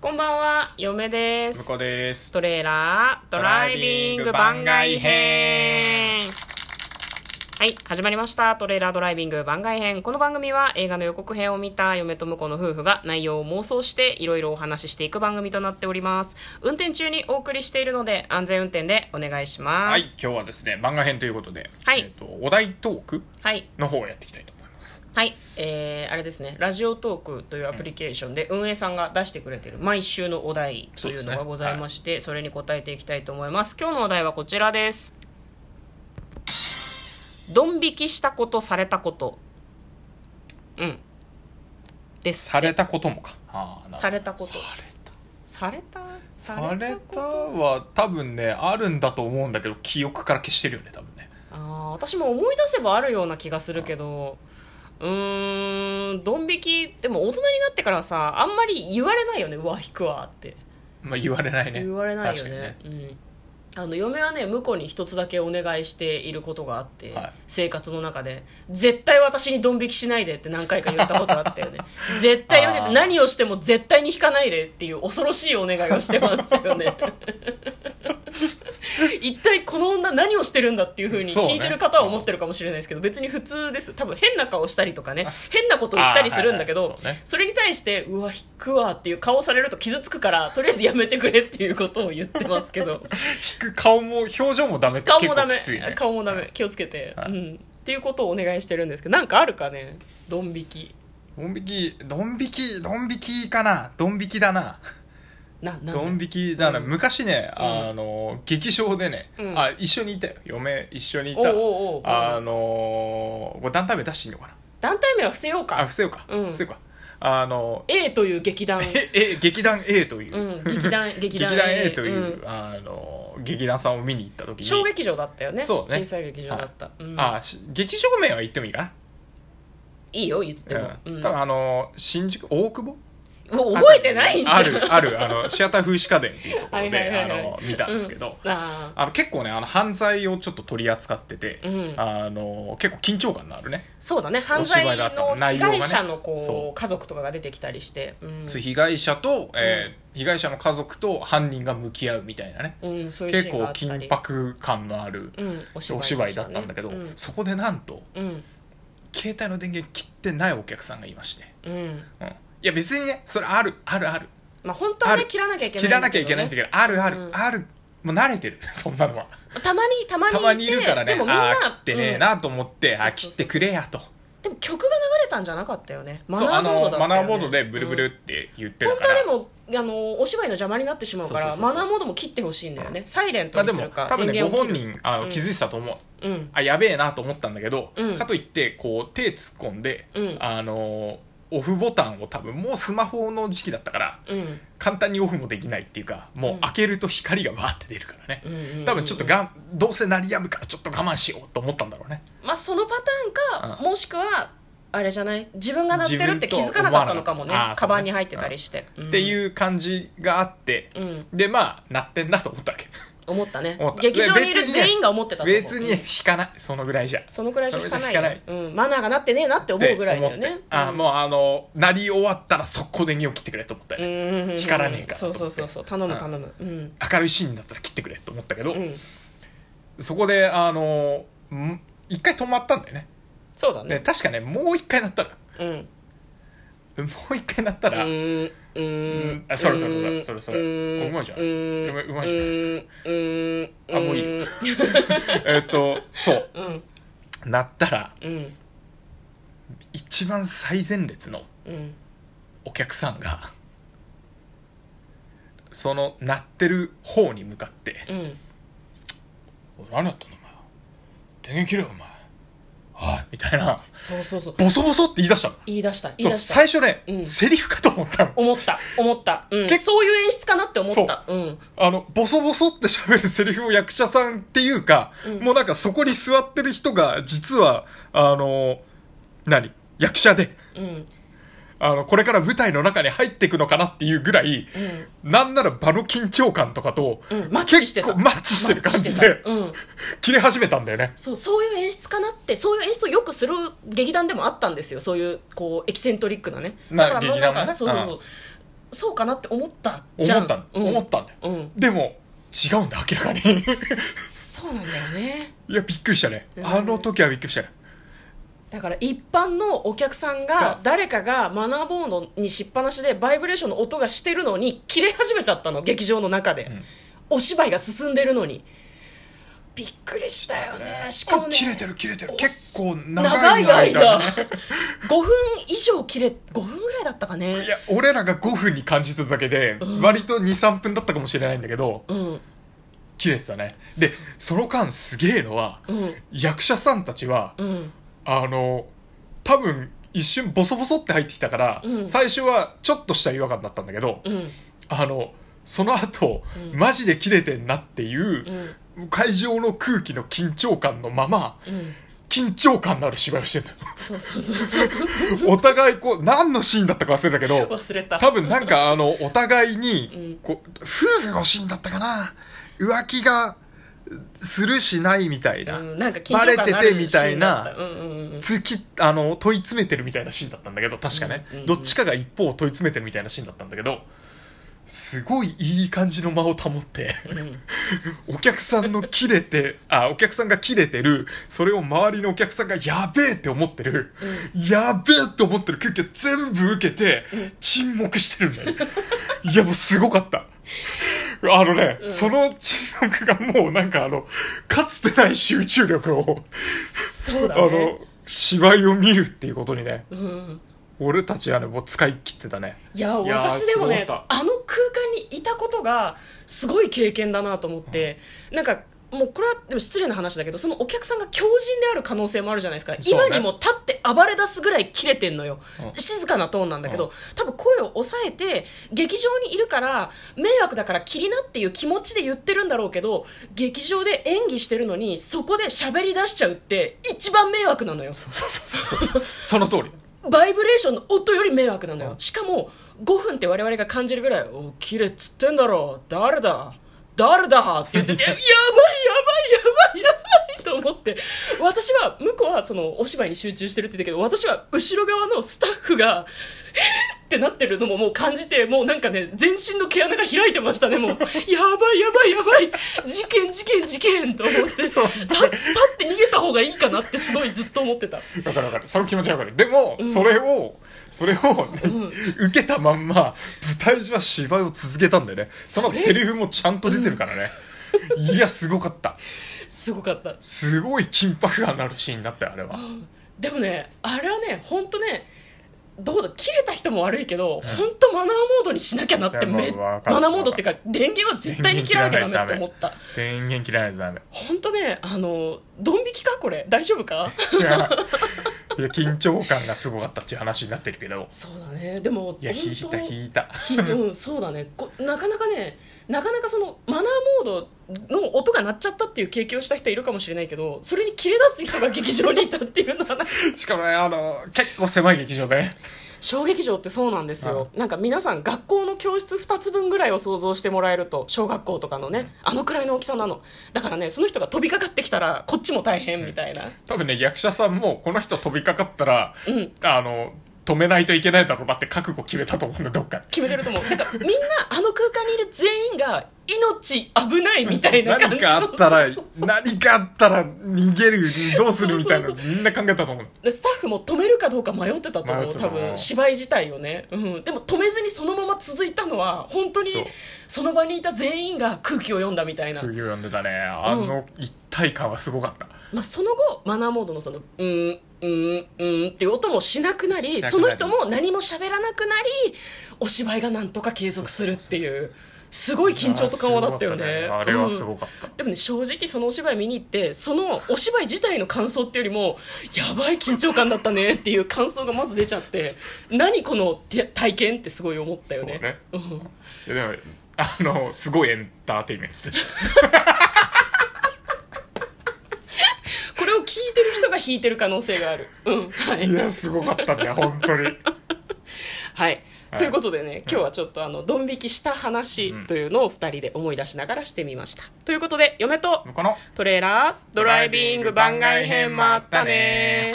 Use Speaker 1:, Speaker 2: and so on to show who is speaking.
Speaker 1: こんばんは、嫁で
Speaker 2: 向
Speaker 1: す。
Speaker 2: こうです
Speaker 1: トレーラードライビング番外編。はい、始まりました。トレーラードライビング番外編。この番組は映画の予告編を見た嫁と婿の夫婦が内容を妄想していろいろお話ししていく番組となっております。運転中にお送りしているので安全運転でお願いしま
Speaker 2: はい今
Speaker 1: す。
Speaker 2: 日はですね漫画編ということで、
Speaker 1: はい
Speaker 2: えっとお題トーク
Speaker 1: はい。はい。
Speaker 2: の方をやっていきたいと思います
Speaker 1: えー、あれですね、ラジオトークというアプリケーションで運営さんが出してくれている毎週のお題というのがございまして、それに答えていきたいと思います。今日のお題はこちらです。ドン引きしたことされたことうんです
Speaker 2: されたこともかあーなるほど
Speaker 1: されたこと
Speaker 2: され
Speaker 1: された
Speaker 2: た
Speaker 1: さ
Speaker 2: さ
Speaker 1: れた
Speaker 2: れた
Speaker 1: こと
Speaker 2: は多分ねあるんだと思うんだけど記憶から消してるよね多分ね
Speaker 1: あー私も思い出せばあるような気がするけどうーんドン引きでも大人になってからさあんまり言われないよねうわ引くわって
Speaker 2: まあ言われないね
Speaker 1: 言われないよね
Speaker 2: 確
Speaker 1: うんあの嫁はね向こうに一つだけお願いしていることがあって、
Speaker 2: はい
Speaker 1: 生活の中で絶対私にドン引きしないでって何回か言ったことあったよね絶対やめ
Speaker 2: あ
Speaker 1: て
Speaker 2: ー
Speaker 1: 何をしても絶対に引かないでっていう恐ろしいお願いをしてますよ ね一体この女何をしてるんだっていうふうに
Speaker 2: そうね
Speaker 1: 聞いてる方は思ってるかもしれないですけど、別に普通です多分変な顔したりとかね変なこと言ったりするんだけど、
Speaker 2: あーはいはいそうね
Speaker 1: それに対してうわ引くわっていう顔されると傷つくからとりあえずやめてくれっていうことを言ってますけ ど
Speaker 2: かにね引く顔も表情もダメって
Speaker 1: 顔
Speaker 2: 結
Speaker 1: も
Speaker 2: 構
Speaker 1: ダメ
Speaker 2: きつい、ね、
Speaker 1: 顔もダメ気をつけて、
Speaker 2: はい
Speaker 1: うん、っていうことをお願いしてるんですけどなんかあるかねドン引き
Speaker 2: ドン引きドン引きドン引きかなドン引きだな
Speaker 1: ななんだ
Speaker 2: ドン引きだな、
Speaker 1: うん
Speaker 2: 昔ね、
Speaker 1: うん
Speaker 2: あの劇場でね、
Speaker 1: うん
Speaker 2: あ一緒にいたよ嫁一緒にいた
Speaker 1: おうおうおう
Speaker 2: あのー、これ団体名出していいのかな
Speaker 1: 団体名は伏せよう
Speaker 2: あ
Speaker 1: か
Speaker 2: 伏せようか、
Speaker 1: うん
Speaker 2: 伏せようかあの
Speaker 1: A という劇団
Speaker 2: ええ劇団 A という、
Speaker 1: うん劇 団劇
Speaker 2: 劇
Speaker 1: 団
Speaker 2: 団
Speaker 1: A
Speaker 2: A という、
Speaker 1: う
Speaker 2: あの劇団さんを見に行った時に
Speaker 1: 小劇場だったよね
Speaker 2: そうね
Speaker 1: 小さい劇場だった、うん、
Speaker 2: あし劇場名は言ってもいいか
Speaker 1: いいよ言って
Speaker 2: な、
Speaker 1: も、う
Speaker 2: う
Speaker 1: んん
Speaker 2: 多分あの新宿大久保
Speaker 1: もう覚えてないんだ
Speaker 2: あるあるあのシアター風刺家電っていうところで
Speaker 1: はいはいはいはい
Speaker 2: あの見たんですけど、
Speaker 1: あー
Speaker 2: あの結構ねあの犯罪をちょっと取り扱ってて、
Speaker 1: うん
Speaker 2: あの結構緊張感のあるね、
Speaker 1: そうだね犯
Speaker 2: お
Speaker 1: 罪
Speaker 2: 芝
Speaker 1: の
Speaker 2: 居だった
Speaker 1: 被
Speaker 2: 内容がね
Speaker 1: 害者のこ
Speaker 2: そう
Speaker 1: 家族とかが出てきたりして、うん
Speaker 2: そう被害者と、えー被害者の家族と犯人が向き合うみたいなね
Speaker 1: うん、そういうシー
Speaker 2: 結
Speaker 1: ン
Speaker 2: 構
Speaker 1: があったり
Speaker 2: 緊迫感のある
Speaker 1: うん、お
Speaker 2: お芝居だったんだけど、
Speaker 1: でし
Speaker 2: そこでなんと
Speaker 1: たねうん
Speaker 2: 携帯の電源切ってないお客さんがいまして、
Speaker 1: うん、うん
Speaker 2: うん、いや別にねそれあるあるある
Speaker 1: まあ本当は
Speaker 2: あ
Speaker 1: ね
Speaker 2: る
Speaker 1: 切らなきゃいけない
Speaker 2: 切らなきゃいけないんだ
Speaker 1: だ
Speaker 2: けどあるある、
Speaker 1: うん
Speaker 2: あるもう慣れてる そんなのは
Speaker 1: どたまにたまに
Speaker 2: たまにいるからね
Speaker 1: でもみんな
Speaker 2: ああー切ってねえなと思って、
Speaker 1: うん
Speaker 2: あー切ってくれやと
Speaker 1: うんでも曲が流れたんじゃなかったよねマ
Speaker 2: そう
Speaker 1: ナー
Speaker 2: あ
Speaker 1: ボードだ
Speaker 2: の
Speaker 1: ったよ、ね、
Speaker 2: マナーボードでブルブルって言って
Speaker 1: うん本
Speaker 2: るか
Speaker 1: 当は
Speaker 2: ら、
Speaker 1: でもあのお芝居の邪魔になってしまうから
Speaker 2: そうそうそうそう
Speaker 1: マナーモードも切ってほしいんだよね、サイレン
Speaker 2: ま
Speaker 1: ト
Speaker 2: あ
Speaker 1: に
Speaker 2: ですも
Speaker 1: るか、
Speaker 2: 多分ね
Speaker 1: 電
Speaker 2: ご
Speaker 1: 源を切
Speaker 2: 本
Speaker 1: る
Speaker 2: 人あ
Speaker 1: うん
Speaker 2: の気づいてたと思う、
Speaker 1: うん
Speaker 2: あやべえなと思ったんだけど、
Speaker 1: うん
Speaker 2: かといってこう手突っ込んで、
Speaker 1: うん
Speaker 2: あのオフボタンを多分もうスマホの時期だったから
Speaker 1: うん
Speaker 2: 簡単にオフもできないっていうかも
Speaker 1: う
Speaker 2: うん開けると光がバーって出るからね、
Speaker 1: うんうんうん
Speaker 2: 多分ちょっとがんどうせ鳴り止むからちょっと我慢しようと思ったんだろうね
Speaker 1: まあそのパターンか、
Speaker 2: う
Speaker 1: もしくはあれじゃない自分が鳴ってるって気づかなかったのかもね
Speaker 2: 自分とは思わなかったあー
Speaker 1: カバンに入ってたりして、うん
Speaker 2: っていう感じがあって、
Speaker 1: うん
Speaker 2: でまあ鳴ってんなと思ったわけ
Speaker 1: 思ったね
Speaker 2: 思った
Speaker 1: 劇場にいる
Speaker 2: 別にね
Speaker 1: 全員が思ってたと思う
Speaker 2: 別に
Speaker 1: う
Speaker 2: 引
Speaker 1: ん
Speaker 2: かないそのぐらいじゃ
Speaker 1: そのくらいじゃ引かない
Speaker 2: それじゃ引
Speaker 1: うん、マナーがなってねえなって思うぐらいだよ
Speaker 2: って
Speaker 1: ね
Speaker 2: 思ってあーもうあの鳴り終わったら速攻電源を切ってくれと思ったよ
Speaker 1: うん
Speaker 2: ね、
Speaker 1: うんうんうん
Speaker 2: 引からねえから
Speaker 1: そうそうそうそう頼む
Speaker 2: と
Speaker 1: 頼
Speaker 2: 思
Speaker 1: むうん、
Speaker 2: 明るいシーンだったら切ってくれと思ったけど、
Speaker 1: うん、
Speaker 2: そこであのん一回止まったんだよね
Speaker 1: そうだ
Speaker 2: で
Speaker 1: ね
Speaker 2: 確かねもう一回鳴ったら
Speaker 1: うん
Speaker 2: もう一回鳴った
Speaker 1: う
Speaker 2: ら、
Speaker 1: ーんうーん
Speaker 2: あそれそれそれそれそれ
Speaker 1: うー
Speaker 2: うまいじゃん
Speaker 1: うー
Speaker 2: うまいうまいじゃん
Speaker 1: うーんうーん
Speaker 2: あもういい
Speaker 1: よ
Speaker 2: えっとそう
Speaker 1: うん
Speaker 2: 鳴ったら
Speaker 1: うん
Speaker 2: 一番最前列の
Speaker 1: うん
Speaker 2: お客さんがその鳴ってる方に向かって
Speaker 1: うん
Speaker 2: 「おい何やってんのお前電源切れよお前おい」みたいな
Speaker 1: そうそうそう
Speaker 2: ボソボソって言い出したの
Speaker 1: 言い出した言い
Speaker 2: そう
Speaker 1: 出した
Speaker 2: 最初ね、
Speaker 1: うん
Speaker 2: セリフかと思ったの
Speaker 1: 思った思った、うん、
Speaker 2: 結
Speaker 1: そういう演出かなって思ったうん
Speaker 2: あのボソボソって喋るセリフを役者さんっていうか、
Speaker 1: うん
Speaker 2: もうなんかそこに座ってる人が実はあの何役者で
Speaker 1: うん
Speaker 2: あのこれから舞台の中に入っていくのかなっていうぐらい、
Speaker 1: うん
Speaker 2: なんなら場の緊張感とかと、
Speaker 1: うんマッチしてた
Speaker 2: 結構マッチしてる感じで、
Speaker 1: うん
Speaker 2: 切れ始めたんだよね。
Speaker 1: そうそういう演出かなってそういう演出をよくする劇団でもあったんですよそういうこうエキセントリックなね
Speaker 2: ま
Speaker 1: だか
Speaker 2: あ
Speaker 1: らもう
Speaker 2: 劇
Speaker 1: なん
Speaker 2: 団もね
Speaker 1: かそうそうそうそうかなって思ったじゃん
Speaker 2: 思った、
Speaker 1: うん、
Speaker 2: 思ったんだよ
Speaker 1: うん
Speaker 2: でも違うんだ明らかに
Speaker 1: そうなんだよね
Speaker 2: いやびっくりしたね
Speaker 1: うん
Speaker 2: あの時はびっくりしたね
Speaker 1: だから一般のお客さんが
Speaker 2: あ
Speaker 1: 誰かがマナーボードにしっぱなしでバイブレーションの音がしてるのに切れ始めちゃったの劇場の中で、
Speaker 2: ん
Speaker 1: お芝居が進んでるのにびっくりしたよねしかも
Speaker 2: あ
Speaker 1: ね
Speaker 2: 切れてる切れてる結構長
Speaker 1: 長
Speaker 2: い
Speaker 1: い間
Speaker 2: ね
Speaker 1: 5分以上切れ5分ぐらいだったかね
Speaker 2: いや俺らが5分に感じてただけで、割と23分だったかもしれないんだけど
Speaker 1: うん
Speaker 2: 綺麗でしたねでその間すげえのは、
Speaker 1: うん
Speaker 2: 役者さんたちは
Speaker 1: うん
Speaker 2: あの多分一瞬ボソボソって入ってきたから、
Speaker 1: うん
Speaker 2: 最初はちょっとした違和感だったんだけど、
Speaker 1: うん
Speaker 2: あのその後、
Speaker 1: うん
Speaker 2: マジで切れてんなっていう
Speaker 1: う、ん
Speaker 2: 会場の空気の緊張感のまま
Speaker 1: うん
Speaker 2: 緊張感のある芝居をしてんだ
Speaker 1: そうそうそうそうそうそう
Speaker 2: お互いこう何のシーンだったか忘れたけ ど
Speaker 1: 忘れた
Speaker 2: 多分なんかあのお互いうに
Speaker 1: ん
Speaker 2: こう夫婦のシーンだったかな浮気がするしないみたいな、
Speaker 1: うん、なんか緊張感のある
Speaker 2: バレててみたいな
Speaker 1: シーンだったうんうんうん
Speaker 2: 突きあの問い詰めてるみたいなシーンだったんだけど確かね、
Speaker 1: うんうんうん
Speaker 2: どっちかが一方を問い詰めてるみたいなシーンだったんだけどすごいいい感じの間を保って
Speaker 1: うん
Speaker 2: お客さんの切れて、あ、お客さんが切れてる、それを周りのお客さんがやべえって思ってる、やべえって思ってる空気を全部受けて、沈黙してるんだよね。いや、もうすごかった。あのね、その沈黙がもうなんかあの、かつてない集中力を、
Speaker 1: そう
Speaker 2: あ
Speaker 1: だね
Speaker 2: の、芝居を見るっていうことにね、
Speaker 1: うん
Speaker 2: 俺たちはね、もう使い切ってたね。
Speaker 1: いや
Speaker 2: いやー
Speaker 1: 私でもね
Speaker 2: すごかっ
Speaker 1: あの空間にいたことがすごい経験だなと思って、なんかもうこれはでも失礼な話だけどそのお客さんが強靭である可能性もあるじゃないですか、
Speaker 2: そうね
Speaker 1: 今にも立って暴れ出すぐらい切れてんのよ、
Speaker 2: うん
Speaker 1: 静かなトーンなんだけど、
Speaker 2: う
Speaker 1: 多分声を抑えて劇場にいるから迷惑だから切りなっていう気持ちで言ってるんだろうけど劇場で演技してるのにそこで喋り出しちゃうって一番迷惑なのよ
Speaker 2: そうそうそうそうそう。その通り。
Speaker 1: バイブレーションの音より迷惑なの
Speaker 2: う
Speaker 1: よ
Speaker 2: ん
Speaker 1: しかも5分って我々が感じるぐらい「おきれっつってんだろ誰だ誰だ?」って言 ってて「やばいやばいやばいやばい」と思って私は向こうはそのお芝居に集中してるって言ってたけど私は後ろ側のスタッフが「ってなってるのももう感じてもうなんかね全身の毛穴が開いてましたねもうやばいやばいやばい事件事件事件と思って立立って逃げた方がいいかなってすごいずっと思ってた
Speaker 2: わかるわかる。その気持ちはわかる。でも、それを、それを、受けたまんま、舞台上は芝居を続けたんだよね。そのセリフもちゃんと出てるからね。いや、すごかった。
Speaker 1: すごかった
Speaker 2: すごい緊迫感のあるシーンだったよ、あれは。
Speaker 1: でもねあれはね本当ねどうだ切れた人も悪いけど本当マナーモードにしなきゃなって
Speaker 2: いや
Speaker 1: めっ
Speaker 2: まあわかる
Speaker 1: マナーモードっていうか電源は絶対に切らなきゃダメって思った
Speaker 2: 電源切らないとダメ。
Speaker 1: 本当ねあのドン引きかこれ大丈夫 か
Speaker 2: いや、いや緊張感がすごかったっていう話になってるけど。
Speaker 1: そうだねでも
Speaker 2: いや、引いた、引いた。
Speaker 1: ひうん、そうだねこなかなかねなかなかそのマナーモードの音が鳴っちゃったっていう経験をした人いるかもしれないけどそれに切れ出す人が劇場にいたっていうのはなんか
Speaker 2: しかもね、あの、結構狭い劇場でね。
Speaker 1: 小劇場ってそうなんですよ、なんか皆さん学校の教室2つ分ぐらいを想像してもらえると小学校とかのね、あのくらいの大きさなのだからねその人が飛びかかってきたらこっちも大変みたいな、
Speaker 2: 多分ね、役者さんも、この人飛びかかったら、
Speaker 1: うん
Speaker 2: あの、止めないといけないだろうなって覚悟決めたと思うんだ、どっか。
Speaker 1: 決めてると思うだからみんなあの空間にいる全員が命危ないみたいな感じ
Speaker 2: 何かあったら、何かあったら逃げる、どうするみたいな、
Speaker 1: そうそ
Speaker 2: みんな考えたと思う。
Speaker 1: でスタッフも止めるかどうか迷ってたと
Speaker 2: 迷
Speaker 1: 思
Speaker 2: っ
Speaker 1: う
Speaker 2: て
Speaker 1: 多
Speaker 2: たと思う
Speaker 1: 分芝居自体をね、うん、でも止めずにそのまま続いたのは本当に
Speaker 2: そう
Speaker 1: その場にいた全員が空気を読んだみたいな
Speaker 2: 空気を読んでたね。あの一体感はすごかった。
Speaker 1: まあ、その後マナーモードのその「うんうんうん」っていう音もしなくなり
Speaker 2: しなく
Speaker 1: そ
Speaker 2: な
Speaker 1: の
Speaker 2: り
Speaker 1: 人も何も喋らなくなりお芝居がなんとか継続するっていうすごい緊張と緩和だったよね
Speaker 2: あれはす
Speaker 1: う
Speaker 2: ご
Speaker 1: ん
Speaker 2: かった。
Speaker 1: でもね正直そのお芝居見に行ってそのお芝居自体の感想っていうよりもやばい緊張感だったねっていう感想がまず出ちゃって何このて体験ってすごい思ったよね
Speaker 2: そうね
Speaker 1: うん
Speaker 2: いやでも、あの、すごいエンターテインメントでした。
Speaker 1: これを聞いてる人が弾いてる可能性がある、うんはい、
Speaker 2: いや、すごかったね、本 当に。
Speaker 1: はい、
Speaker 2: はい
Speaker 1: ということでね今日はちょっとあのドン引きした話というのを2人で思い出しながらしてみました、ということで嫁と
Speaker 2: この、
Speaker 1: トレーラードライビング番外編もあったね